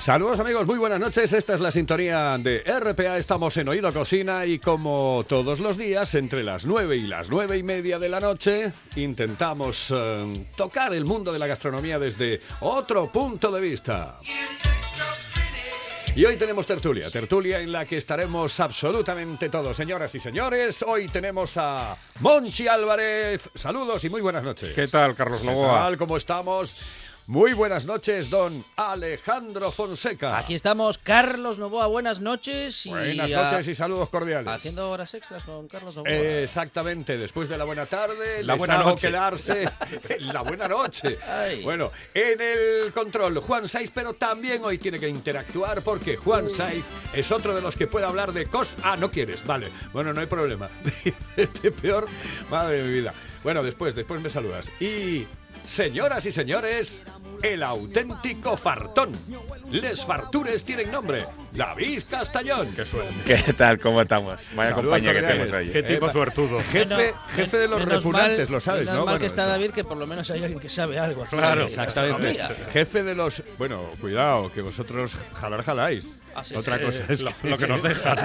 Saludos amigos, muy buenas noches. Esta es la sintonía de RPA. Estamos en Oído Cocina y como todos los días, entre las 9 y las 9 y media de la noche, intentamos eh, tocar el mundo de la gastronomía desde otro punto de vista. Y hoy tenemos tertulia, tertulia en la que estaremos absolutamente todos, señoras y señores. Hoy tenemos a Monchi Álvarez. Saludos y muy buenas noches. ¿Qué tal, Carlos ¿Qué Novoa? tal? ¿Cómo estamos? Muy buenas noches, don Alejandro Fonseca. Aquí estamos, Carlos Novoa, buenas noches. Y Buenas ah, noches y saludos cordiales. Haciendo horas extras con Carlos Novoa. Eh, exactamente, después de la buena tarde, La les buena hago noche. quedarse en la buena noche. Ay. Bueno, en el control, Juan Saiz, pero también hoy tiene que interactuar porque Juan Saiz es otro de los que puede hablar de cosas. Ah, no quieres, vale. Bueno, no hay problema. este peor, madre de mi vida. Bueno, después, después me saludas. Y, señoras y señores, el auténtico fartón. Les fartures tienen nombre. David Castañón. Qué suerte. ¿Qué tal? ¿Cómo estamos? Vaya Saludos, compañía que familiares. tenemos ahí. Qué tipo Epa. suertudo. Jefe, Bueno, jefe de los menos repugnantes, mal- lo sabes, menos ¿no? mal Bueno, que está eso. David, que por lo menos hay alguien que sabe algo. aquí Claro, de Exactamente. gastronomía. Jefe de los. Bueno, cuidado, que vosotros jalar jaláis. Ah, sí, Otra sí. cosa es Lo, lo que nos dejan.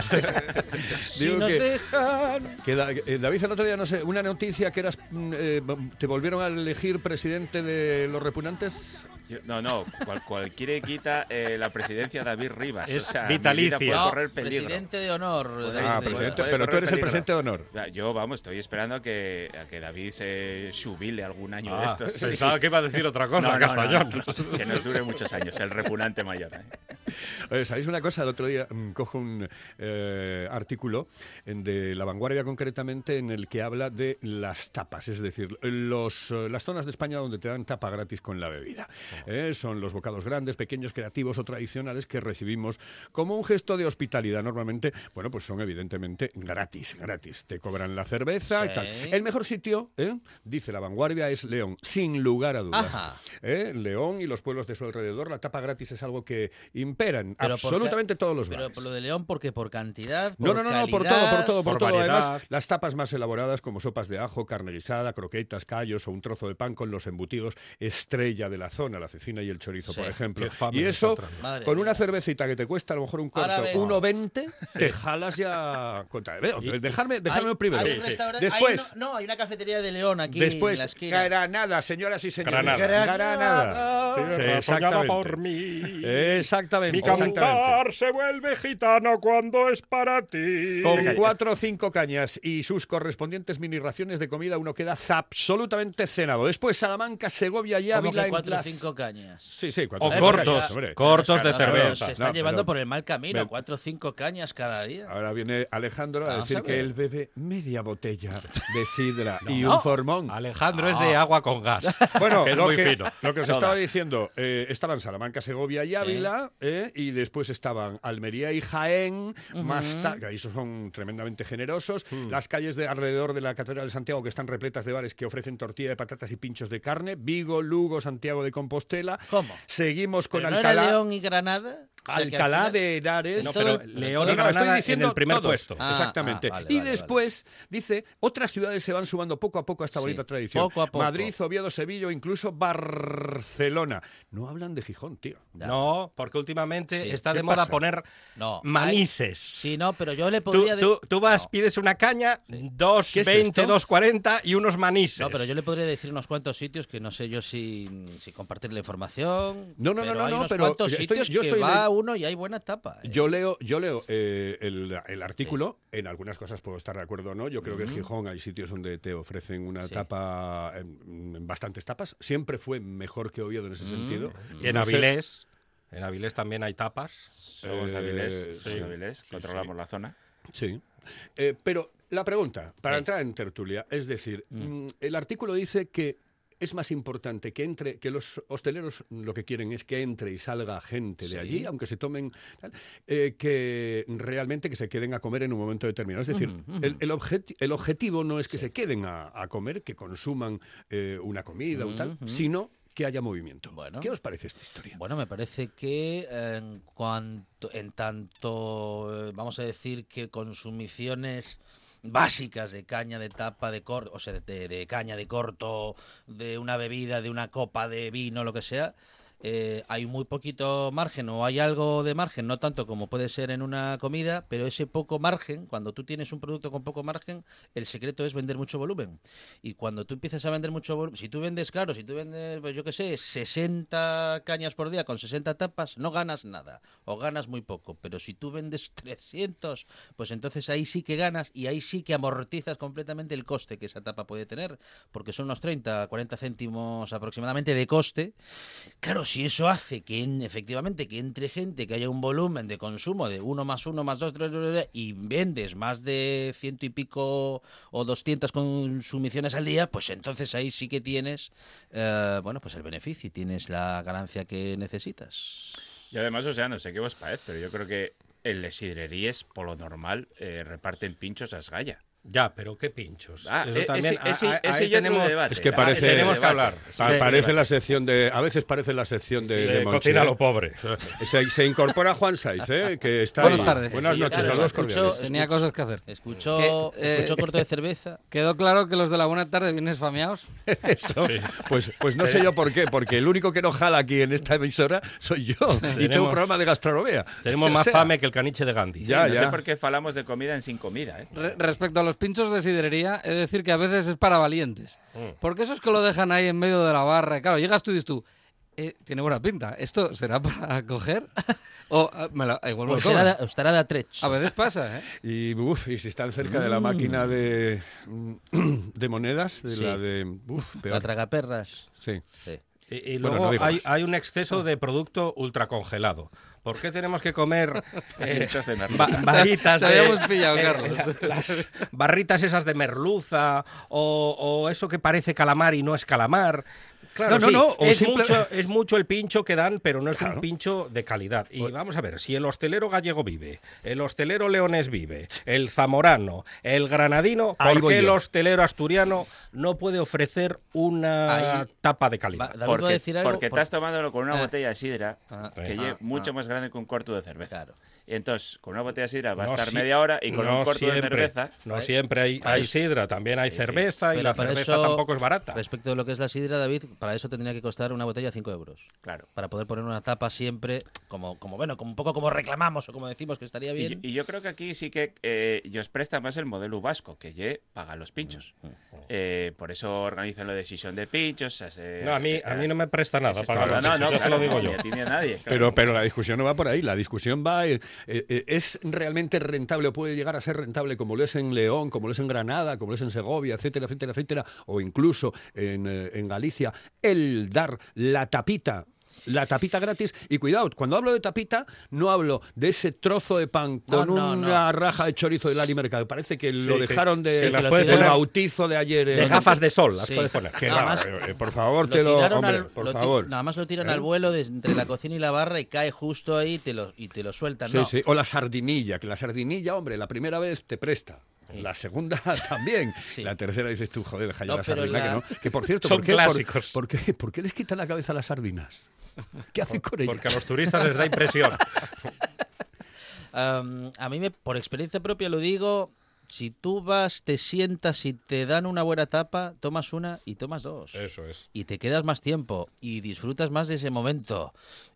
Si Digo nos que- dejan. que la- eh, David, el otro día, no sé, una noticia que eras. mm, eh, te volvieron a elegir presidente de los repugnantes. Yo- No, no, cual- cualquiera quita eh, la presidencia de David Rivas. Es o sea, mi vitalicia. vida No, puede correr peligro. presidente de honor. de- Ah, de- presidente, puede pero tú eres correr el peligro. presidente de honor. Ya, Yo, vamos, estoy esperando a que, a que David se jubile algún año Ah, de estos. Pensaba que iba a decir otra cosa, No, no, Castañón. no, no, que nos dure muchos años, el repugnante mayor. ¿eh? Oye, ¿Sabéis una cosa? El otro día mm, cojo un eh, artículo en- de La Vanguardia concretamente en el que habla de las tapas, es decir, los, eh, las zonas de España donde te dan tapa gratis con la bebida. Oh. Eh, son los bocados grandes, pequeños, creativos o tradicionales que recibimos como un gesto de hospitalidad. Normalmente, bueno, pues son evidentemente gratis, gratis. Te cobran la cerveza y Sí. tal. El mejor sitio, ¿eh? dice La Vanguardia, es León, sin lugar a dudas. Ajá. ¿Eh? León y los pueblos de su alrededor, la tapa gratis es algo que imperan Pero por absolutamente ca- todos los Pero bares. por lo de León, porque por cantidad. No, por no, no, no, por todo, calidad, por todo, por, por todo. variedad. Además, las tapas más elaboradas como sopas de ajo, carne guisada, croquetas, callos o un trozo de pan con los embutidos estrella de la zona, la cecina y el chorizo, Sí. por ejemplo. Qué fama Y eso, nosotros. Madre con mía. una cervecita que te cuesta a lo mejor un Ahora corto, ven. 1,20, te jalas ya... Contra, Veo, dejadme, dejadme Hay- primero. hay un restaurante- Después... hay no, no, hay una cafetería de León aquí en la Después, esquina. Granada, señoras y señores. Granada. Granada. Sí, Soñaba exactamente. por mí. Exactamente. Mi exactamente. cantar se vuelve gitano cuando es para ti. Con cuatro o cinco cañas y sus correspondientes mini raciones de comida, uno queda absolutamente cenado. Después, Salamanca, Segovia y Como Ávila que en cuatro o las- cinco cañas. Sí, sí, cuatro O o cinco cortos, cañas, hombre. Eh, cortos de Claro, pero cerveza. Se están No, llevando pero- Ah, por el mal camino. Ven. Cuatro o cinco cañas cada día. Ahora viene Alejandro a Vamos decir a ver. que él bebe media botella de sidra y un No. formón. Alejandro es de agua con gas. Bueno, que es lo, muy que, fino. lo que os Soda. estaba diciendo, eh, estaban Salamanca, Segovia y Ávila, eh, y después estaban Almería y Jaén, más ta- que ahí son tremendamente generosos. Hmm. Las calles de alrededor de la Catedral de Santiago, que están repletas de bares que ofrecen tortilla de patatas y pinchos de carne, Vigo, Lugo, Santiago de Compostela. ¿Cómo? Seguimos con ¿Pero no Alcalá. era León y Granada? O sea, que al Alcalá final- de Henares. No, pero Todo- León y No, no, estoy Granada en diciendo el primer todos. puesto. Ah, Exactamente. ah, vale, y vale, después, dice, otras ciudades se van sumando poco a poco a esta Sí, bonita tradición. poco a poco. Madrid, Oviedo, Sevilla, o incluso Barcelona. No hablan de Gijón, tío. No, porque últimamente Sí. está ¿Qué de moda pasa? poner No. manises. Ay, sí, no, pero yo le Tú, podría... de- tú- tú vas, No. pides una caña, ¿Qué es 2,20, esto? 2,40 y unos manises. No, pero yo le podría decir unos cuantos sitios que no sé yo si, si compartir la información. No, no, no, pero no, hay no, unos pero cuantos yo estoy- sitios yo estoy que va le- uno y hay buena tapa. eh. Yo leo, yo leo eh, el, el artículo, en algunas cosas puedo estar de acuerdo o no. Yo creo que en Gijón hay sitios donde te ofrecen una Sí. tapa, en, en bastantes tapas. Siempre fue mejor que Oviedo en Mm. ese sentido. Y en No sé- Avilés, en Avilés también hay tapas. Somos Eh, hábiles, sí. somos hábiles, controlamos la zona. Sí. Eh, pero la pregunta, para Sí. entrar en tertulia, es decir, mm, el artículo dice que es más importante que entre, que los hosteleros lo que quieren es que entre y salga gente de Sí. allí, aunque se tomen, tal, eh, que realmente que se queden a comer en un momento determinado. Es decir, el, el objeti- el objetivo no es que se queden a, a comer, que consuman eh, una comida o tal, sino que haya movimiento. Bueno. ¿Qué os parece esta historia? Bueno, me parece que eh, en cuanto, en tanto, eh, vamos a decir que consumiciones básicas de caña de tapa de corto, o sea, de, de caña de corto, de una bebida, de una copa de vino, lo que sea. eh, hay muy poquito margen o hay algo de margen, no tanto como puede ser en una comida, pero ese poco margen, cuando tú tienes un producto con poco margen, el secreto es vender mucho volumen. Y cuando tú empiezas a vender mucho volumen, si tú vendes, claro, si tú vendes, pues yo qué sé, 60 cañas por día con 60 tapas, no ganas nada o ganas muy poco. Pero si tú vendes 300, pues entonces ahí sí que ganas y ahí sí que amortizas completamente el coste que esa tapa puede tener, porque son unos 30, 40 céntimos aproximadamente de coste. Claro, si eso hace que en- efectivamente que entre gente, que haya un volumen de consumo de 1 más 1 más 2, y vendes más de ciento y pico o 200 consumiciones al día, pues entonces ahí sí que tienes, eh, bueno, pues el beneficio y tienes la ganancia que necesitas. Y además, o sea, no sé qué vos parece, pero yo creo que en las sidrerías, por lo normal, eh, reparten pinchos a esgalla. Ya, pero qué pinchos. Ah, Eso e- también, ese- ese- a- a- ese ahí ya otro tenemos, debate. Es que Ah, parece- tenemos que debate. hablar. Pa- Sí, parece debate. la sección de. A veces parece la sección de. de Eh, Monchi, cocina a ¿eh? lo pobre. Se, se incorpora Juan Saiz, ¿eh? que está Buenas ahí. tardes. Buenas Sí, noches, claro, saludos escucho- cordiales. Tenía cosas que hacer. Escuchó, Que, eh, escuchó corto de cerveza. Quedó claro que los de la buena tarde vienen esfameados. Eso, pues, pues no sé yo por qué, porque el único que no jala aquí en esta emisora soy yo. Y tengo un Tenemos- programa de gastronomía. Tenemos O más sea, fame que el caniche de Gandhi. Ya, no ya. sé por qué falamos de comida en sin comida, ¿eh? Re- respecto a los pinchos de sidrería, he de decir que a veces es para valientes. Porque esos que lo dejan ahí en medio de la barra, y claro, llegas tú y dices tú, "Eh, tiene buena pinta, ¿esto será para coger? o ah, me la- igual me O lo será cobran. de- o estará de atrech. A veces pasa, ¿eh? Y, uf, y si están cerca de la máquina de, mm, de monedas, de Sí. la de. Uf, La peor. tragaperras. Sí. Sí. Y, y Bueno, luego no digo hay, más. hay un exceso de producto ultracongelado. ¿Por qué tenemos que comer eh, Pinchos de merluza. ba- barritas Te de- eh, habíamos pillado, Carlos. las barritas esas de merluza o, o eso que parece calamar y no es calamar? Claro, No, no, sí, no, o Es, simple- mucho, es mucho el pincho que dan, pero no es un pincho de calidad. Y Pues vamos a ver, si el hostelero gallego vive, el hostelero leonés vive, el zamorano, el granadino, Ahí ¿por voy qué el yo. hostelero asturiano no puede ofrecer una Ahí- tapa de Va- calidad? David va a Porque, decir algo. porque por- estás tomándolo con una Ah. botella de sidra Ah, que sí. lleve Ah, mucho ah. más grande que un cuarto de cerveza. Claro. Y entonces, con una botella de sidra va a No estar si- media hora y con no un cuarto de siempre, cerveza. No siempre hay, hay sidra, también hay cerveza y Pero la para cerveza eso, pues- tampoco es barata. Respecto de lo que es la sidra, David, para eso tendría que costar una botella 5 euros. Claro. Para poder poner una tapa siempre, como, como bueno, como un poco como reclamamos o como decimos que estaría Y, bien. y yo creo que aquí sí que eh, os presta más el modelo vasco, que ye paga los pinchos. Mm, Eh, por eso organizan lo de sesión de pinchos. se hace- No, a mí, a mí no me presta nada. se Para Pues está- los no, no, chichos, ya se claro, lo digo ni yo. a ti ni a nadie. claro. Pero, pero la discusión no va por ahí, la discusión va, eh, eh, eh, ¿es realmente rentable o puede llegar a ser rentable como lo es en León, como lo es en Granada, como lo es en Segovia, etcétera, etcétera, etcétera, o incluso en, eh, en Galicia, el dar la tapita? La tapita gratis. Y cuidado, cuando hablo de tapita, no hablo de ese trozo de pan con no, no. una raja de chorizo de Lali Mercado. Parece que lo que- dejaron de, que las del puede poner- bautizo de ayer. eh, De gafas de sol, las Sí. puedes poner. que Nada va, más. eh, eh, por favor, Lo te lo. tiraron hombre, al- por lo ti- favor. ¿eh? Nada más lo tiran al vuelo de- entre la cocina y la barra y cae justo ahí y te lo, y te lo sueltan. Sí, no. sí. O la sardinilla, que la sardinilla, hombre, la primera vez te presta. La segunda también. Sí. La tercera dices tú, joder, deja ya No, la pero sardina, la- que no. Que por cierto, Son ¿por, qué, por- clásicos. Por, qué, por qué les quitan la cabeza a las sardinas? ¿Qué hacen con ellas? Porque a los turistas les da impresión. Am, a mí, me, por experiencia propia, lo digo. Si tú vas, te sientas y te dan una buena tapa, tomas una y tomas dos. Eso es. Y te quedas más tiempo y disfrutas más de ese momento.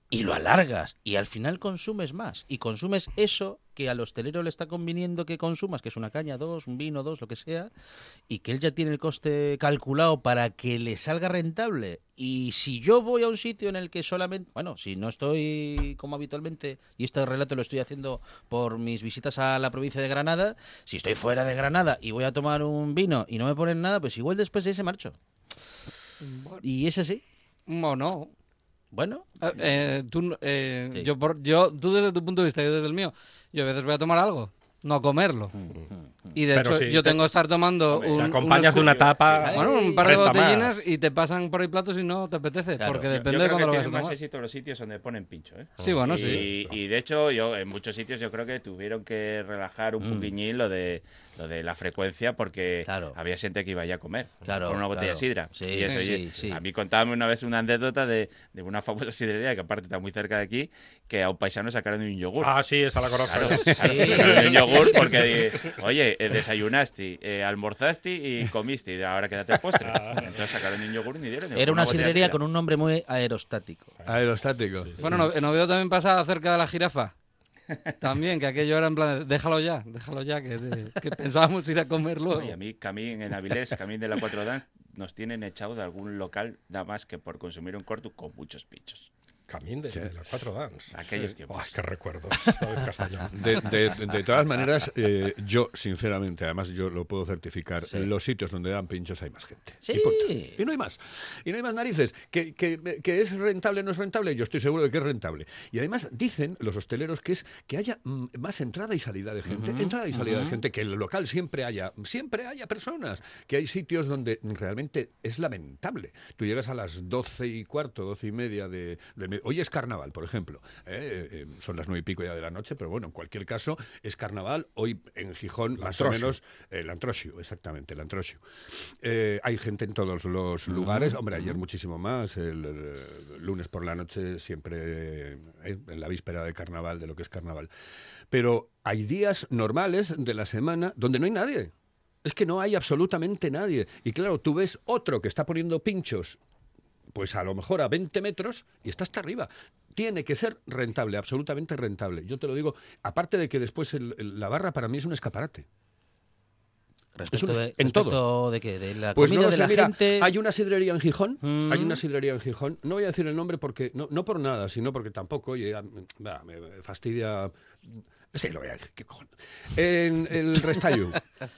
Y lo alargas. Y al final consumes más. Y consumes eso que al hostelero le está conviniendo que consumas, que es una caña, dos, un vino, dos, lo que sea. Y que él ya tiene el coste calculado para que le salga rentable. Y si yo voy a un sitio en el que solamente, bueno, si no estoy como habitualmente, y este relato lo estoy haciendo por mis visitas a la provincia de Granada, si estoy fuera de Granada y voy a tomar un vino y no me ponen nada, pues igual después de ese marcho. Y es así. Mm, O no. Bueno, Eh, eh, tú, no- eh, Sí. yo, por- yo, tú desde tu punto de vista, yo desde el mío, yo a veces voy a tomar algo, no comerlo. Y de Pero hecho, sí, yo te- tengo que estar tomando Si un- acompañas de una unos- ¿eh? tapa. Bueno, un par de resta botellinas más. y te pasan por ahí platos y no te apetece, Claro, porque yo- yo depende yo de creo que cuándo lo vayas tienen a más tomar. éxito los sitios donde ponen pincho, Mm. ¿eh? Sí, bueno, y, sí. y de hecho, yo en muchos sitios yo creo que tuvieron que relajar un poquillín lo de lo de la frecuencia porque Mm. Claro. había gente que iba ya a comer Claro, con una botella claro. de sidra. Sí, y eso, sí, oye, sí, sí. A mí contábame una vez una anécdota de, de una famosa sidrería que aparte está muy cerca de aquí, que a un paisano sacaron de un yogur. Ah, sí, esa la conozco. Claro, yo. claro, Sí. te sacaron de un yogur porque, eh, oye, eh, desayunaste, eh, almorzaste y comiste, y ahora quédate el postre. Entonces sacaron de un yogur y ni dieron. Era una botella de sidrería sidra. con un nombre muy aerostático. Ah, Aerostático. Bueno, no, en Oviedo también pasa acerca de la jirafa. También, que aquello era en plan, de, déjalo ya, déjalo ya, que, te- que pensábamos ir a comerlo. Y a mí, Camín en Avilés, Camín de la Cuatro Dance, nos tienen echado de algún local nada más que por consumir un corto con muchos pinchos. Camín de de las cuatro dance. Aquellos Sí. tiempos. Ay, qué recuerdos. Esta vez Castañón. De, de- de todas maneras, eh, yo, sinceramente, además yo lo puedo certificar, en los sitios donde dan pinchos hay más gente. Sí. Y, punto. Y no hay más. Y no hay más narices. ¿Que, que, que es rentable o no es rentable? Yo estoy seguro de que es rentable. Y además dicen los hosteleros que es que haya mm, más entrada y salida de gente. entrada y salida de gente, que en el local siempre haya, siempre haya personas. Que hay sitios donde realmente es lamentable. Tú llegas a las doce y cuarto, doce y media de, de me- Hoy es carnaval, por ejemplo. ¿eh? Eh, eh, son las nueve y pico ya de la noche, pero bueno, en cualquier caso, es carnaval. Hoy en Gijón, más o Lantrosio. menos, el Antrosio, exactamente, el Antrosio. Eh, hay gente en todos los lugares. Hombre, ayer muchísimo más. El, eh, lunes por la noche, siempre eh, en la víspera de carnaval, de lo que es carnaval. Pero hay días normales de la semana donde no hay nadie. Es que no hay absolutamente nadie. Y claro, tú ves otro que está poniendo pinchos, pues a lo mejor a 20 metros y está hasta arriba. Tiene que ser rentable, absolutamente rentable. Yo te lo digo, aparte de que después el- el- la barra para mí es un escaparate. Respecto es- de, en respecto todo. de qué, de la Pues comida no lo de sé, la mira, gente. hay una sidrería en Gijón, Mm. hay una sidrería en Gijón, no voy a decir el nombre porque, no, no por nada, sino porque tampoco, oye, a- va, me me fastidia... Sí, lo voy a decir, qué cojones. En el Restayu.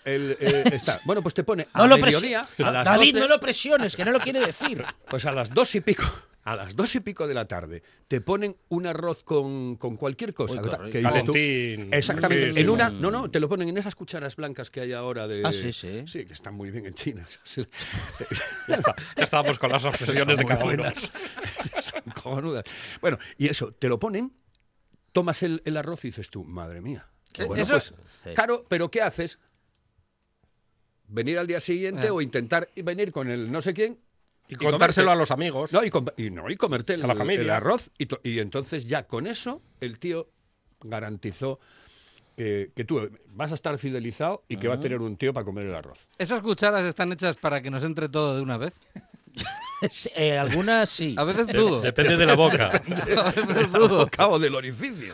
el, eh, está. Bueno, pues te pone a No lo mediodía, presi- a las David, 12, no lo presiones, que no lo quiere decir. pues a las dos y pico, a las dos y pico de la tarde, te ponen un arroz con, con cualquier cosa. Uy, ¿verdad? correcto. Que dices tú, Calentín, Exactamente. riquísimo. En una, no, no, te lo ponen en esas cucharas blancas que hay ahora de. Ah, sí, sí. Sí, que están muy bien en China. Sí. Ya, está, ya estábamos con las obsesiones Son de muy cada uno. buenas. Son cojonudas. Bueno, y eso, te lo ponen, tomas el, el arroz y dices tú, madre mía. Eh, Bueno, eso- pues, Sí. claro, pero ¿qué haces? ¿Venir al día siguiente Ah. o intentar venir con el no sé quién? Y contárselo comerte- a los amigos. No, y, com- y no, y comerte el, A la familia. el arroz. Y, to- y entonces ya con eso el tío garantizó que, que tú vas a estar fidelizado y que va a tener un tío para comer el arroz. Esas cucharas están hechas para que nos entre todo de una vez. Sí, eh, algunas sí. A veces dudo. Depende de la boca. A veces dudo. Cabo del orificio.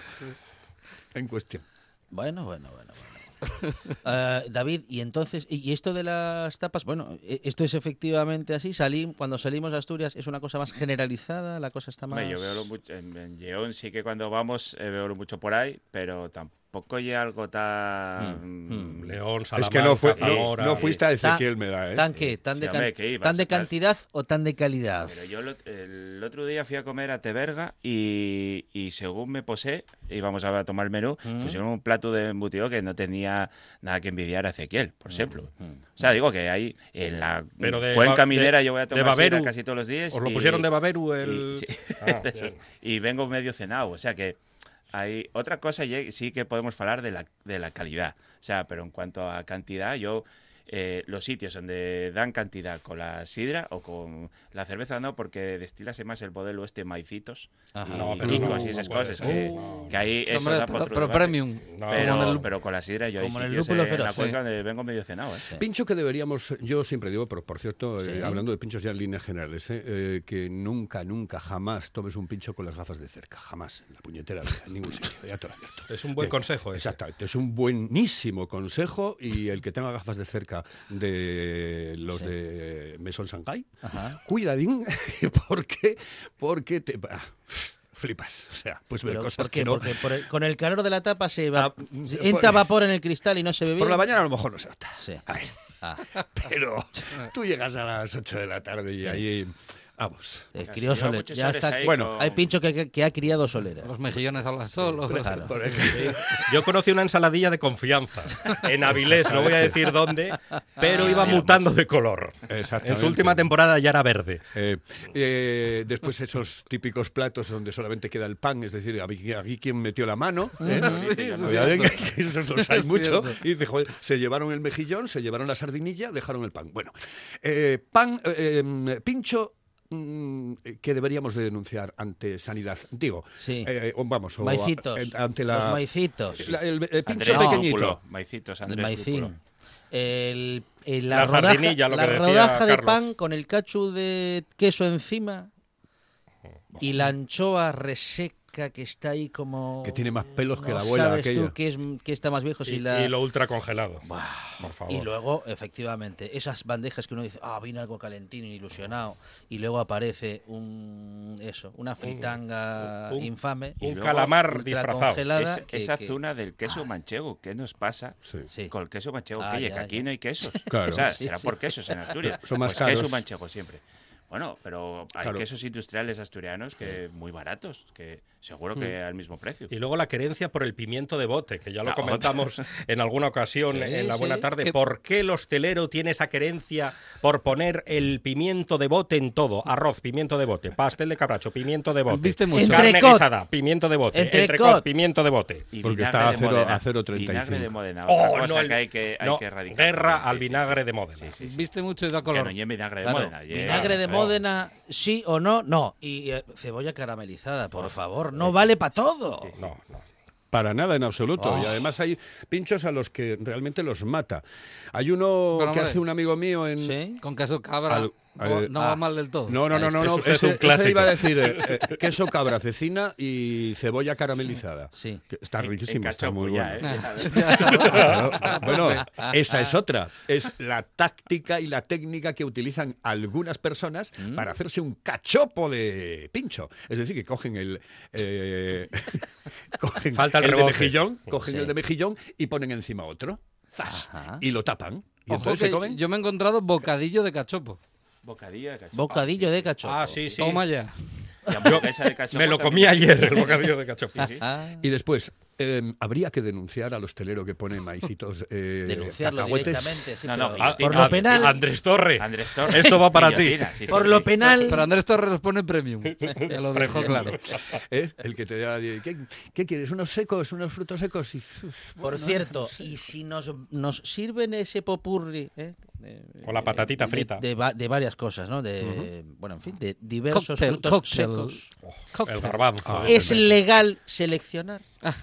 En cuestión. Bueno, bueno, bueno. bueno. Ah, David, y entonces, y, y esto de las tapas, bueno, e- esto es efectivamente así. Salim, cuando salimos de Asturias, ¿es una cosa más generalizada? ¿La cosa está más.? Hombre, Yo veo lo mucho, en, en León sí que cuando vamos eh, veo lo mucho por ahí, pero tampoco hay algo Hmm, tan... León, Es Salamanca, que no, fue, no, Zamora. no fuiste a Tan- Ezequiel me da, ¿eh? ¿Tan qué? ¿Tan, Sí, de, hombre, can- que ibas, tan de claro. cantidad o tan de calidad? Pero yo lo- el otro día fui a comer a Teberga y, y según me posé, íbamos a tomar menú, pusieron un plato de embutido que no tenía nada que envidiar a Ezequiel, por ejemplo. O sea, digo que hay en la Pero de cuenca Ba- minera de- yo voy a de tomar Baberu. sidra casi todos los días. Os lo y- pusieron de Baberu y- el. sí. Ah, De esos. bien. y vengo medio cenado. O sea que hay otra cosa ye- sí que podemos hablar de la, de la calidad. O sea, pero en cuanto a cantidad, yo eh, los sitios donde dan cantidad con la sidra o con la cerveza no, porque destilase más el modelo este maicitos Ajá. y No, pero quicos no, y esas no puede cosas. ser. que, Uh. que ahí eso Hombre, da para pero, otro pero debate. premium. No, como en el- Pero, pero con la sidra yo hay como en el sitios lúpulo eh, en la feroz, sí. cuenca donde vengo medio cenado. ¿eh? Pincho que deberíamos, yo siempre digo, pero por cierto, eh, Sí. hablando de pinchos ya en líneas generales, eh, eh, que nunca, nunca, jamás tomes un pincho con las gafas de cerca, jamás, en la puñetera, vida, en ningún sitio, ya te lo advierto. Es un buen Bien, consejo ese. Exactamente, es un buenísimo consejo y el que tenga gafas de cerca de los de Mesón Shanghai, Ajá. cuidadín, porque, porque te... ah, flipas, o sea, pues ver Pero, cosas ¿por qué? que no... Porque por el- con el calor de la tapa se va, Ah, sí, entra por- vapor en el cristal y no se ve bien. Por la mañana a lo mejor no se nota. Sí. A ver, Ah. Pero tú llegas a las 8 de la tarde y ahí Vamos. Eh, crió Sí, Soler. muchos Ya soles está. ahí Bueno. con- Hay pincho que, que- que ha criado Solera. Los mejillones hablan solos. Claro. Por ejemplo. Yo conocí una ensaladilla de confianza en Avilés, no voy a decir dónde, pero iba Había mutando de color. En Exactamente. su última temporada ya era verde. Eh, eh, después esos típicos platos donde solamente queda el pan, es decir, aquí, aquí quien metió la mano. ¿eh? Había- que Esos los hay Es mucho. cierto. Y dice, joder, se llevaron el mejillón, se llevaron la sardinilla, dejaron el pan. Bueno, eh, pan, eh, eh, pincho mm, que deberíamos de denunciar ante sanidad digo Sí. eh, o vamos o a- Maicitos. eh, ante la, Los maicitos. la- el, el pincho Andrés pequeñito Cúpulo, Maicitos, el Andrés Cúpulo. maicín. El, el- la La rodaja, sardinilla, lo la que decía rodaja de Carlos. pan con el cacho de queso encima y la anchoa reseca que está ahí como... que tiene más pelos que No la abuela sabes aquella tú que, es, que está más viejo si Y, la... y lo ultra congelado. Por favor. Y luego, efectivamente, esas bandejas que uno dice, ah, vino algo calentino, ilusionado, y luego aparece un eso, una fritanga un- infame, y Un luego calamar disfrazado. ultracongelada, Es- que- esa que- Ah. zona del queso manchego, ¿qué nos pasa Sí. Sí. con el queso manchego? Ah, que, oye, ya, que aquí ya. no hay quesos. Claro. O sea, Sí, será sí. por quesos en Asturias. Son más pues caros. queso manchego siempre. Bueno, pero hay Claro. quesos industriales asturianos que muy baratos, que seguro que Mm. al mismo precio. Y luego la querencia por el pimiento de bote, que ya lo La otra. comentamos en alguna ocasión Ah, Sí, en la buena sí. tarde. Es que- ¿Por qué el hostelero tiene esa querencia por poner el pimiento de bote en todo? Arroz, pimiento de bote, pastel de cabracho, pimiento de bote, Viste mucho. carne Entrecot. guisada, pimiento de bote, Entrecot. entrecot, pimiento de bote. Y Porque vinagre está a de cero- Módena. a 0,35. Vinagre de Módena, Oh, otra cosa no, el- que hay que, hay no, que erradicar. guerra Sí, sí, al sí. vinagre de Módena. Sí, sí, sí. Viste mucho y da Que color. no lleve vinagre de Claro, Módena. lleva- vinagre de claro. Módena, sí o no, no. Y eh, cebolla caramelizada, por favor, no vale para todo. No, no. Para nada en absoluto. Y además hay pinchos a los que realmente los mata. Hay uno Pero, que hombre. hace un amigo mío en. Mm. ¿Sí? Con queso cabra. Al- o- eh, no va ah, mal del todo. No, no, no, no, no. Este es ese- un ese clásico. iba a decir eh, eh, queso cabra, cecina y cebolla caramelizada. Sí. Que está En- en riquísimo, está muy cachopo ya, bueno. ¿eh? Ah. Claro. Bueno, esa es otra. Es la táctica y la técnica que utilizan algunas personas Mm. para hacerse un cachopo de pincho. Es decir, que cogen el. eh, cogen Falta el de rebote. mejillón, cogen Sí. el de mejillón y ponen encima otro. ¡Zas! Ajá. Y lo tapan. Y Ojo entonces que se comen. yo me he encontrado bocadillo de cachopo. Bocadillo de cachopo. Bocadillo de cachopo. Ah, sí, sí. Toma ya. Y hamburguesa de cachopo Me lo también. comí ayer, el bocadillo de cachopo. Sí, sí. Ah, Y después, eh, habría que denunciar al hostelero que pone maicitos. Eh, denunciarlo cacahuetes. directamente. sí, No, no, pero- guillotina. por lo Ah, penal, Andrés Torre. Andrés Torres. Esto va para ti. Guillotina, sí, sí, por sí. lo penal, Pero Andrés Torres nos pone premium. Ya lo dejó claro. ¿Eh? El que te da. eh, ¿Qué, qué quieres? ¿Unos secos? ¿Unos frutos secos? Y, uf, Por bueno, cierto, y si nos, nos sirven ese popurri. ¿eh? Eh, Con la patatita de- frita. De, va- de varias cosas, ¿no? De, Bueno, en fin, de diversos Cóctel, frutos cóctel. secos. Oh, El Cóctel. garbanzo. Ah, ¿Es legal seleccionar? Es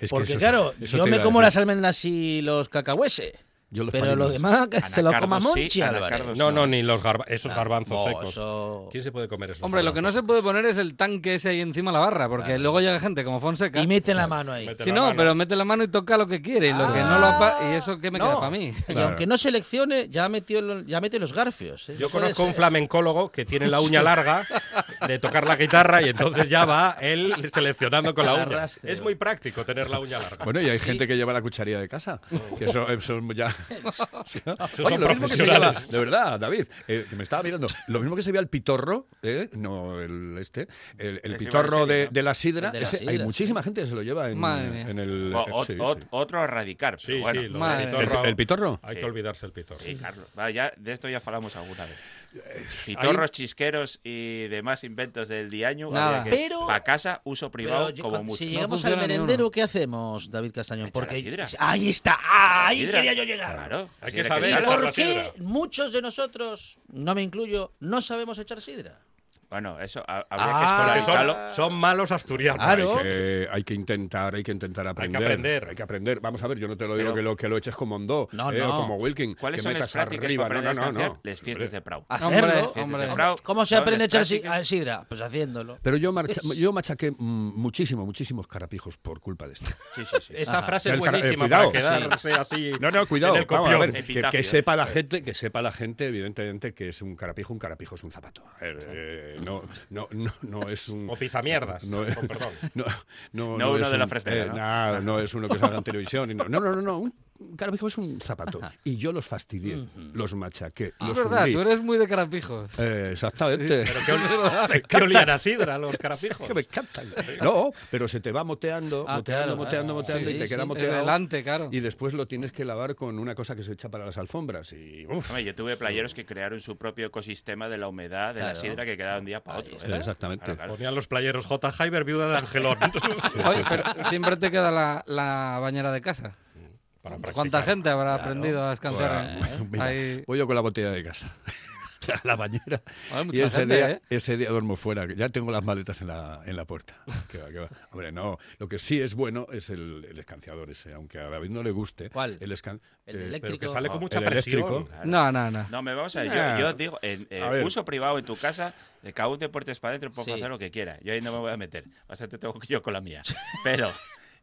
que Porque, eso- claro, eso yo te me iba a como decir. las almendras y los cacahueses. Yo los pero palillos. lo demás que Anacardos se lo coma sí, Monchi anacardos Álvarez. No, no, ni los garba- esos garbanzos No, secos. eso- ¿Quién se puede comer esos? Hombre, lo que no se puede poner es el tanque ese ahí encima de la barra, porque luego llega gente como Fonseca. Y mete la mano ahí. Mete Sí, la no, mano. pero mete la mano y toca lo que quiere. Y, lo que no lo apa- y eso que me queda No. para mí. Y aunque no seleccione, ya metió lo- ya mete los garfios. ¿eh? Yo Puede conozco un ser. flamencólogo que tiene la uña larga de tocar la guitarra y entonces ya va él seleccionando con la Al uña. arrastre. Es muy práctico tener la uña larga. Bueno, y hay gente que lleva la cucharilla de casa. Que eso, eso es ya. Oye, son lo mismo que se lleva, profesionales. de verdad, David, eh, que me estaba mirando, lo mismo que se veía el pitorro, eh, no el este, el, el Es pitorro igual ese, de, ¿no? de la sidra, El de la ese- hay sidra, muchísima gente que se lo lleva en, Madre mía. en el. O- eh, Oh, ot- sí, sí. ot- Otro a erradicar. pero Sí, bueno. sí, lo Madre del mía. ¿El, pitorro. el pitorro? Hay Sí. que olvidarse el pitorro. Sí, Carlos. Va, ya, de esto ya falamos alguna vez. Pitorros, chisqueros y demás inventos del diaño. Nada. Pero- Para casa, uso privado Pero yo- como cuando- mucho. Si llegamos al funciona ni merendero, uno. ¿qué hacemos, David Castañón? Echa Porque la sidra. ahí está, ahí Sidra. quería yo llegar. Claro, Hay que sidra saber echarla. echar la ¿Por qué sidra. muchos de nosotros, no me incluyo, no sabemos echar sidra? Bueno, eso ha- habría Ah, que Que escolarizarlo. Son, son malos asturianos. Claro. Hay que, hay que intentar, hay que intentar aprender. aprender. Hay que aprender. Vamos a ver, yo no te lo digo Pero- que, lo, que lo eches como Mondó, No, eh, o no. como Wilkin, ¿Cuáles que son las metas prácticas arriba. para No, aprender no, no, no. las fiestas de Ah. Prau? Hombre, Hacerlo. hombre. Fiestas de Prau, ¿Cómo se son aprende a las echar si- prácticas- a sidra? Pues haciéndolo. Pero yo, marcha- yo machaqué mm, muchísimo, muchísimos carapijos por culpa de esto. Sí, sí, sí. Esta frase El es cara- eh, buenísima cuidado. para quedarse así. No, no, cuidado. En el vamos a copión. ver, que, Epitafio. que sepa la gente, que sepa la gente, evidentemente, que es un carapijo, un carapijo es un zapato. A ver, eh, no, no, no, no es un. O pisamierdas. No, es- Oh, perdón. no, no, No no uno es de la un- fresneda, eh, ¿no? nada, no es uno que salga en televisión. y no, no, no, no, no, un Carapijo es un zapato. Y yo los fastidié, los machaqué, Ah, Es los verdad, hundí. tú eres muy de carapijos. Ah, Eh, exactamente. ¿Qué, encanta. olían a sidra los carapijos? Que me encantan. No, pero se te va moteando, Ah, moteando, claro, moteando, claro. moteando Sí, y te sí, queda sí. moteado. Adelante, claro. Y después lo tienes que lavar con una cosa que se echa para las alfombras. Y, uf, Hombre, yo tuve playeros que crearon su propio ecosistema de la humedad, de la Claro. sidra, que quedaba un día para otro. está. ¿eh? Exactamente. Ponían los playeros J. Hyber, viuda de Angelón. Oye, pero siempre te queda la, la bañera de casa. Para ¿Cuánta practicar. gente habrá aprendido a escanciar? Pues, mira, Ahí- voy yo con la botella de casa. A la bañera. Hay mucha y ese, gente, día, ¿eh? ese día duermo fuera. que Ya tengo las maletas en la, en la puerta. Que va, que va. Hombre, no. Lo que sí es bueno es el, el escanciador ese, aunque a David no le guste. ¿Cuál? El, escan- El eh, eléctrico. Pero que sale con Ah, mucha el presión. eléctrico. No, no, no. No, me vamos a ver. Nah. Yo, yo digo, en eh, A ver. uso privado en tu casa, eh, de cada un deporte es para adentro, puedo Sí. hacer lo que quiera. Yo ahí no me voy a meter. Bastante tengo yo con la mía. Pero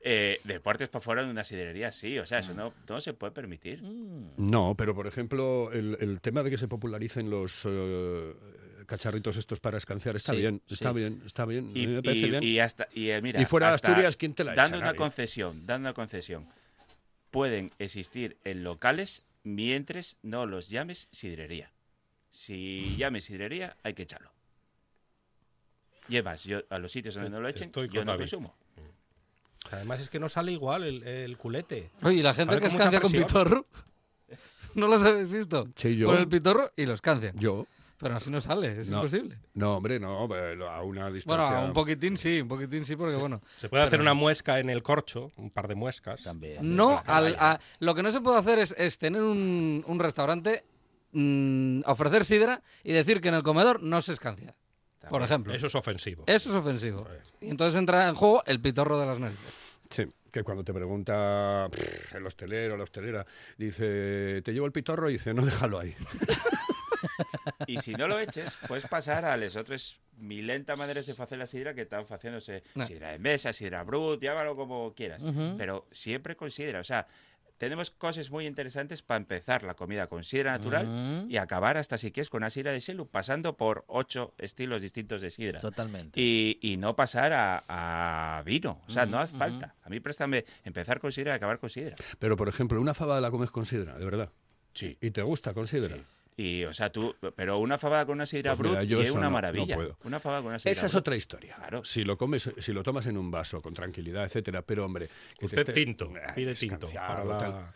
eh, deportes para fuera en una siderería, sí. O sea, eso no, no se puede permitir. Mm. No, pero por ejemplo, el, el tema de que se popularicen los eh, cacharritos estos para escanciar está Sí, bien, está sí. bien, está bien. Y, a mí me parece y- bien. y hasta, y, eh, mira, Y fuera de hasta Asturias, ¿quién te la echa, Dando una nadie? concesión, dando una concesión. Pueden existir en locales mientras no los llames sidrería. Si llames sidrería, hay que echarlo. Llevas yo a los sitios donde no lo echen, Estoy yo con no David. consumo. Además es que no sale igual el, el culete. Oye, ¿y la gente Sale que con mucha escancia con presión. pitorro? ¿No los habéis visto? Sí, yo. Con el pitorro y los cancian. Yo. Pero así no sale, es No. imposible. No, hombre, no, pero a una Bueno, distancia. un poquitín sí, un poquitín sí, porque bueno. Se puede hacer una muesca en el corcho, un par de muescas. También. No, al- a- lo que no se puede hacer es, es tener un, un restaurante, mm, ofrecer sidra y decir que en el comedor no se escancia. Por ejemplo. Eso es ofensivo. Eso es ofensivo. Y entonces entra en juego el pitorro de las narices. Sí, que cuando te pregunta pff, el hostelero, la hostelera, dice, ¿te llevo el pitorro? Y dice, no, déjalo ahí. Y si no lo eches, puedes pasar a las otras milenta maneras de hacer la sidra que están haciéndose No. sidra de mesa, sidra brut, llámalo como quieras. Pero siempre considera, o sea, tenemos cosas muy interesantes para empezar la comida con sidra natural y acabar hasta si quieres con una sidra de selu, pasando por ocho estilos distintos de sidra. Totalmente. Y, y no pasar a, a vino, o sea, no hace falta. A mí préstame empezar con sidra y acabar con sidra. Pero, por ejemplo, una fabada la comes con sidra, de verdad. Sí. ¿Y te gusta con sidra? Y, o sea, tú, pero una fabada con una sidra Pues mira, brut yo y es eso una no- no maravilla. puedo. Una fabada con una sidra Esa es brut. otra historia. Claro. Si lo comes, si lo tomas en un vaso con tranquilidad, etcétera, pero hombre, que te Usted esté- tinto, Ah, pide tinto para escanciado, la, tal.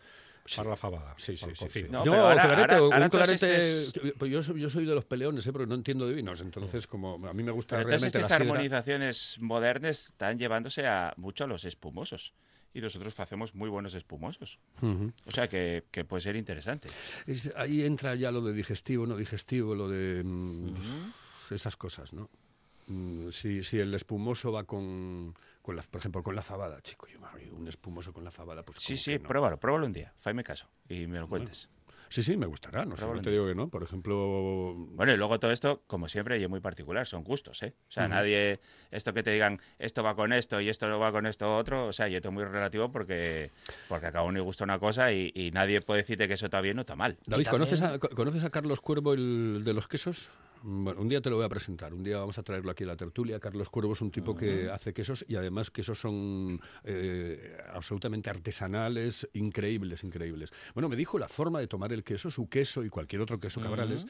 para la fabada. Sí, sí, para el sí. cocido. sí. No, yo, pero ahora- clarete, ahora- un ahora todos clarete- estos- pues yo, soy- yo soy de los peleones, ¿eh? porque no entiendo de vinos. Entonces, como a mí me gusta Pero este todas realmente estas la sidra, armonizaciones modernas están llevándose a mucho a los espumosos. Y nosotros hacemos muy buenos espumosos. O sea que, que puede ser interesante. es- ahí entra ya lo de digestivo, no digestivo, lo de mm, esas cosas, ¿no? Mm, Si, si el espumoso va con, con la, por ejemplo, con la fabada, chico, yo, ay, un espumoso con la fabada, pues Sí, como sí, que no. pruébalo, pruébalo un día. Faime caso y me lo cuentes. sí, sí, me gustará, no sé, no te Probablemente. digo que no. Por ejemplo, Bueno, y luego todo esto, como siempre, y es muy particular, son gustos, ¿eh? O sea, nadie, esto que te digan, esto va con esto y esto no va con esto otro, o sea, y esto es muy relativo porque, porque a cada uno le gusta una cosa y, y nadie puede decirte que eso está bien o está mal. David, Y ¿conoces a, también- co- ¿conoces a Carlos Cuervo, el de los quesos? Mm, Bueno, un día te lo voy a presentar, un día vamos a traerlo aquí a la tertulia. Carlos Cuervo es un tipo que hace quesos y además quesos son eh, absolutamente artesanales, increíbles, increíbles. Bueno, me dijo la forma de tomar el queso, su queso y cualquier otro queso cabrales,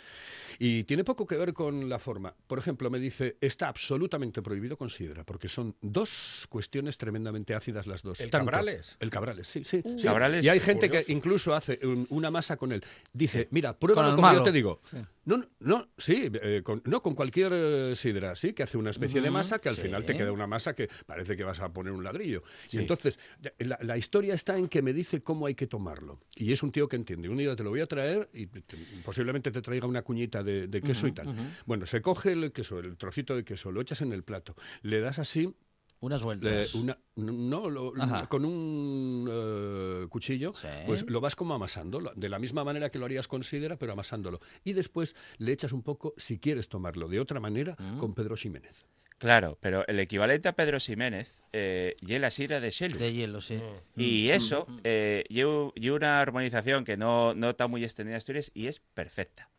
y tiene poco que ver con la forma. Por ejemplo, me dice, está absolutamente prohibido con sidra, porque son dos cuestiones tremendamente ácidas las dos. ¿El Tanto- Cabrales? El cabrales, sí, sí. sí. Cabrales, y hay gente curioso. que incluso hace un- una masa con él. Dice, mira, pruébalo el como yo malo. te digo. Sí. No, no, no, sí, eh, con, no con cualquier eh, sidra, sí, que hace una especie de masa que al sí. final te queda una masa que parece que vas a poner un ladrillo. Y entonces, de- la, la historia está en que me dice cómo hay que tomarlo. Y es un tío que entiende. Un día te lo voy a traer y te- posiblemente te traiga una cuñita de, de queso y tal. Bueno, se coge el queso, el trocito de queso, lo echas en el plato, le das así Unas le- vueltas. una- no, lo- Ajá. con un eh, cuchillo, Sí. pues lo vas como amasando, lo- de la misma manera que lo harías con sidra, pero amasándolo. Y después le echas un poco, si quieres tomarlo de otra manera, Mm. con Pedro Ximénez. Claro, pero el equivalente a Pedro Ximénez eh, y la sidra de Shelu. De hielo, sí. Y eso, eh, y u- y una armonización que no, no está muy extendida en Asturias y es perfecta.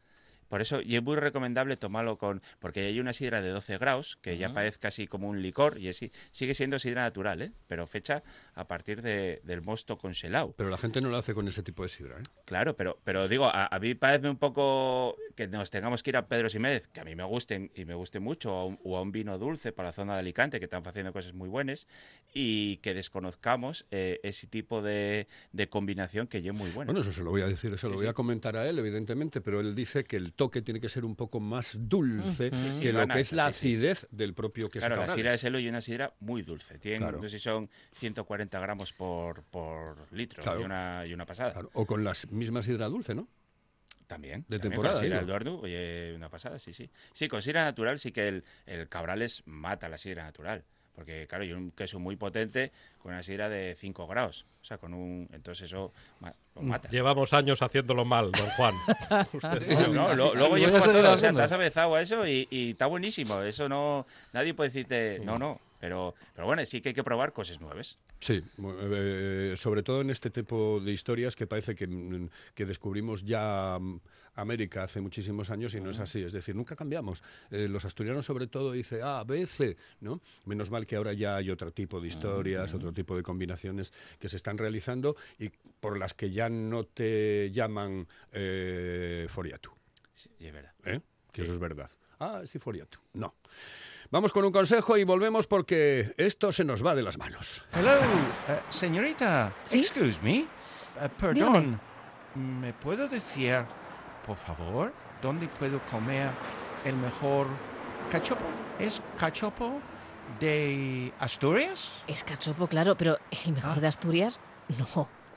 Por eso, y es muy recomendable tomarlo con. Porque hay una sidra de 12 grados, que ya parece casi como un licor, y es, sigue siendo sidra natural, ¿eh? pero fecha a partir de- del mosto congelado. Pero la gente no lo hace con ese tipo de sidra, ¿eh? Claro, pero, pero digo, a, a mí parece un poco que nos tengamos que ir a Pedro Jiménez, que a mí me gusten y me guste mucho, o a, un, o a un vino dulce para la zona de Alicante, que están haciendo cosas muy buenas, y que desconozcamos eh, ese tipo de, de combinación que yo muy buena. Bueno, eso se lo voy a decir, se lo Sí, voy sí. a comentar a él, evidentemente, pero él dice que el toque tiene que ser un poco más dulce sí, que lo banana, que es la sí, sí. acidez del propio queso claro, la Cabrales. sidra de Selo y una sidra muy dulce. Tienen, Claro. no sé si son 140 gramos por, por litro Claro. y, una, y una pasada. Claro, O con la misma sidra dulce, ¿no? También. De también temporada, Con la sidra digo. Eduardo, oye, una pasada, sí, sí. Sí, con sidra natural sí que el, el Cabrales mata la sidra natural. Porque, claro, hay un queso muy potente con una sidra de 5 grados. O sea, con un. Entonces eso ma- lo Mm, mata. Llevamos años haciéndolo mal, don Juan. Usted- No, no, lo- Lo luego voy yo a como seguir todo, o sea, haciendo. te has avezado a eso y, y está buenísimo. Eso no, nadie puede decirte, no, no. Pero, pero bueno, sí que hay que probar cosas nuevas. Sí, mu- eh, sobre todo en este tipo de historias que parece que, mm, que descubrimos ya mm, América hace muchísimos años y no es así. Es decir, nunca cambiamos. Eh, los asturianos sobre todo dicen A, B, C, ¿no? Menos mal que ahora ya hay otro tipo de historias, otro tipo de combinaciones que se están realizando y por las que ya no te llaman eh, foriatu, Sí, y es verdad. ¿eh? Que eso es verdad. Ah, sí, foriatu. No. Vamos con un consejo y volvemos porque esto se nos va de las manos. Hello, eh, señorita. ¿Sí? Excuse me. Eh, perdón. ¿Me puedo decir, por favor, dónde puedo comer el mejor cachopo? ¿Es cachopo de Asturias? Es cachopo, claro, pero el mejor de Asturias, no.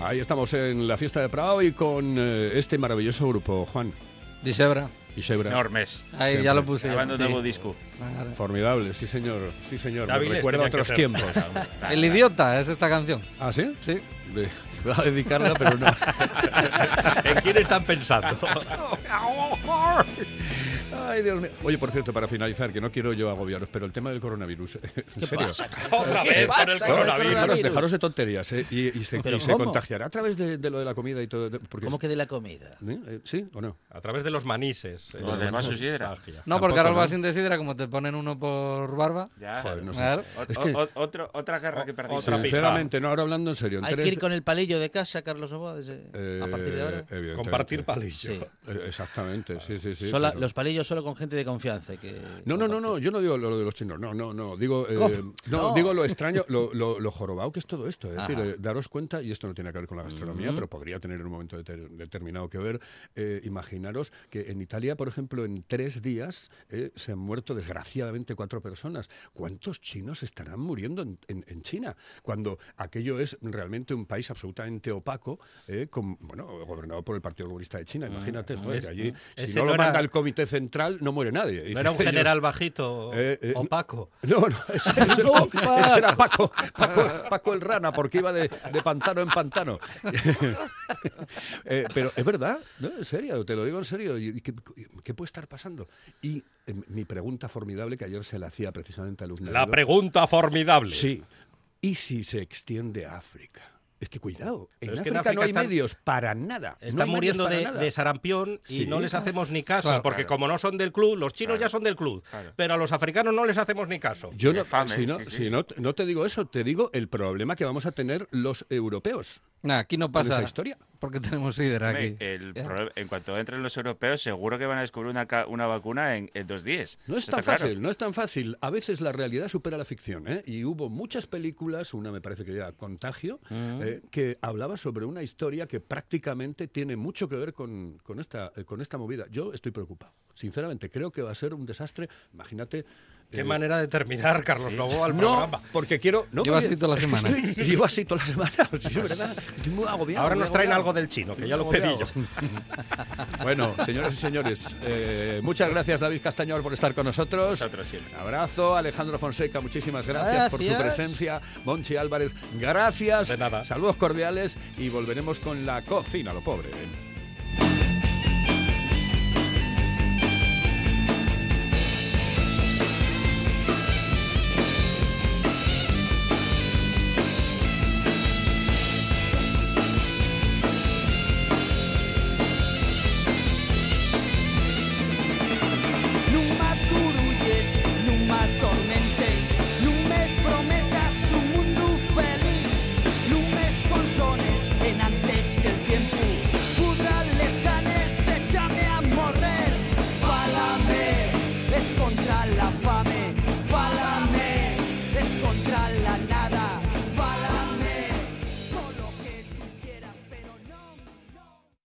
Ahí estamos en la fiesta de Prado y con eh, este maravilloso grupo, Juan Dishebra. y Shebra. Enormes. Ahí ya lo puse. Grabando Sí. nuevo disco. Vale. Formidable, sí señor, sí señor. Me Dáviles recuerda tenía este que otros ser. tiempos. El idiota es esta canción. ¿Ah, sí? Sí. Le- Iba a dedicarla, pero no. ¿En quién están pensando? Ay, Dios mío. Oye, por cierto, para finalizar, que no quiero yo agobiaros, pero el tema del coronavirus, en serio. Otra ¿Qué vez pasa con con el el No, coronavirus. dejaros, coronavirus? dejaros de tonterías, ¿eh? Y, y se, Pero y se ¿cómo? contagiará a través de, de lo de la comida y todo. de- Porque ¿Cómo que de la comida? ¿Eh? Eh, ¿Sí o no? A través de los manises. eh, Los del vaso sidra. Magia. No, porque Tampoco, ahora ¿no? va sin desidra, como te ponen uno por barba. Ya. Joder, no sé. Claro. O- Es que- o- otro- otra guerra que perdimos. otra pija. Sinceramente, no, ahora hablando en serio. en Hay que tres- ir con el palillo de casa, Carlos Novoa, desde- a partir de Eh, ahora. evidentemente. Compartir palillo. Sí. Eh, Exactamente, sí, sí, sí. Sola- pero- Los palillos solo con gente de confianza. Que No, no, no, no, yo no digo lo de los chinos, no, no, no, digo, eh, ¿Cómo? no, No. digo lo extraño, lo, lo, lo jorobado que es todo esto, es decir, Ajá. eh, daros cuenta, y esto no tiene que ver con la gastronomía, pero podría tener en un momento deter- determinado que ver, eh, imaginaros que en Italia, por ejemplo, en tres días eh, se han muerto desgraciadamente cuatro personas. ¿Cuántos chinos estarán muriendo en, en- en China? Cuando aquello es realmente un país absolutamente opaco, eh, con- bueno, gobernado por el Partido Comunista de Ah, China, imagínate, joder, que allí, si ese no, no lo era- manda el Comité Central, no muere nadie. Y No era un ellos- general bajito, Eh, eh, opaco. no, no, ese, ese era, ese era Paco, Paco, Paco el Rana, porque iba de, de pantano en pantano. Eh, pero es verdad, ¿no? en serio, te lo digo en serio. ¿y- y qué, qué puede estar pasando? Y eh, mi pregunta formidable que ayer se la hacía precisamente al La pregunta formidable. Sí. ¿Y si se extiende a África? Es que cuidado, en, Pero es África, que en no África hay están- medios para nada. no Están hay medios muriendo para de, nada. de sarampión y Sí. no les hacemos ni caso, Claro. porque Claro. como no son del club, los chinos ya son del club, Claro. pero a los africanos no les hacemos ni caso. Yo no, Infame, si no, sí, sí. si no- no te digo eso, te digo el problema que vamos a tener los europeos Nah, aquí no con pasa. esa historia. Porque tenemos sidra aquí. Hombre, el problema- en cuanto entren los europeos, seguro que van a descubrir una, ca- una vacuna en, en dos días. No es Eso tan está claro. fácil, no es tan fácil. A veces la realidad supera la ficción, ¿eh? Y hubo muchas películas, una me parece que era Contagio, Mm. eh, que hablaba sobre una historia que prácticamente tiene mucho que ver con, con esta, eh, con esta movida. Yo estoy preocupado, sinceramente. Creo que va a ser un desastre. Imagínate Qué manera de terminar, Carlos Lobo, al No, programa. porque quiero. No, Llevo porque- así toda la semana. Estoy- Llevo así toda la semana. Sí, es verdad. Estoy muy agobiado. Ahora muy nos traen agobiado. algo del chino, que ya lo Estoy pedí yo. agobiado. Bueno, señoras y señores, eh, muchas gracias David Castañor por estar con nosotros. Vosotros siempre. Un abrazo, Alejandro Fonseca, muchísimas gracias, por su Gracias. presencia. Monchi Álvarez, gracias. De nada. Saludos cordiales y volveremos con la cocina, lo pobre.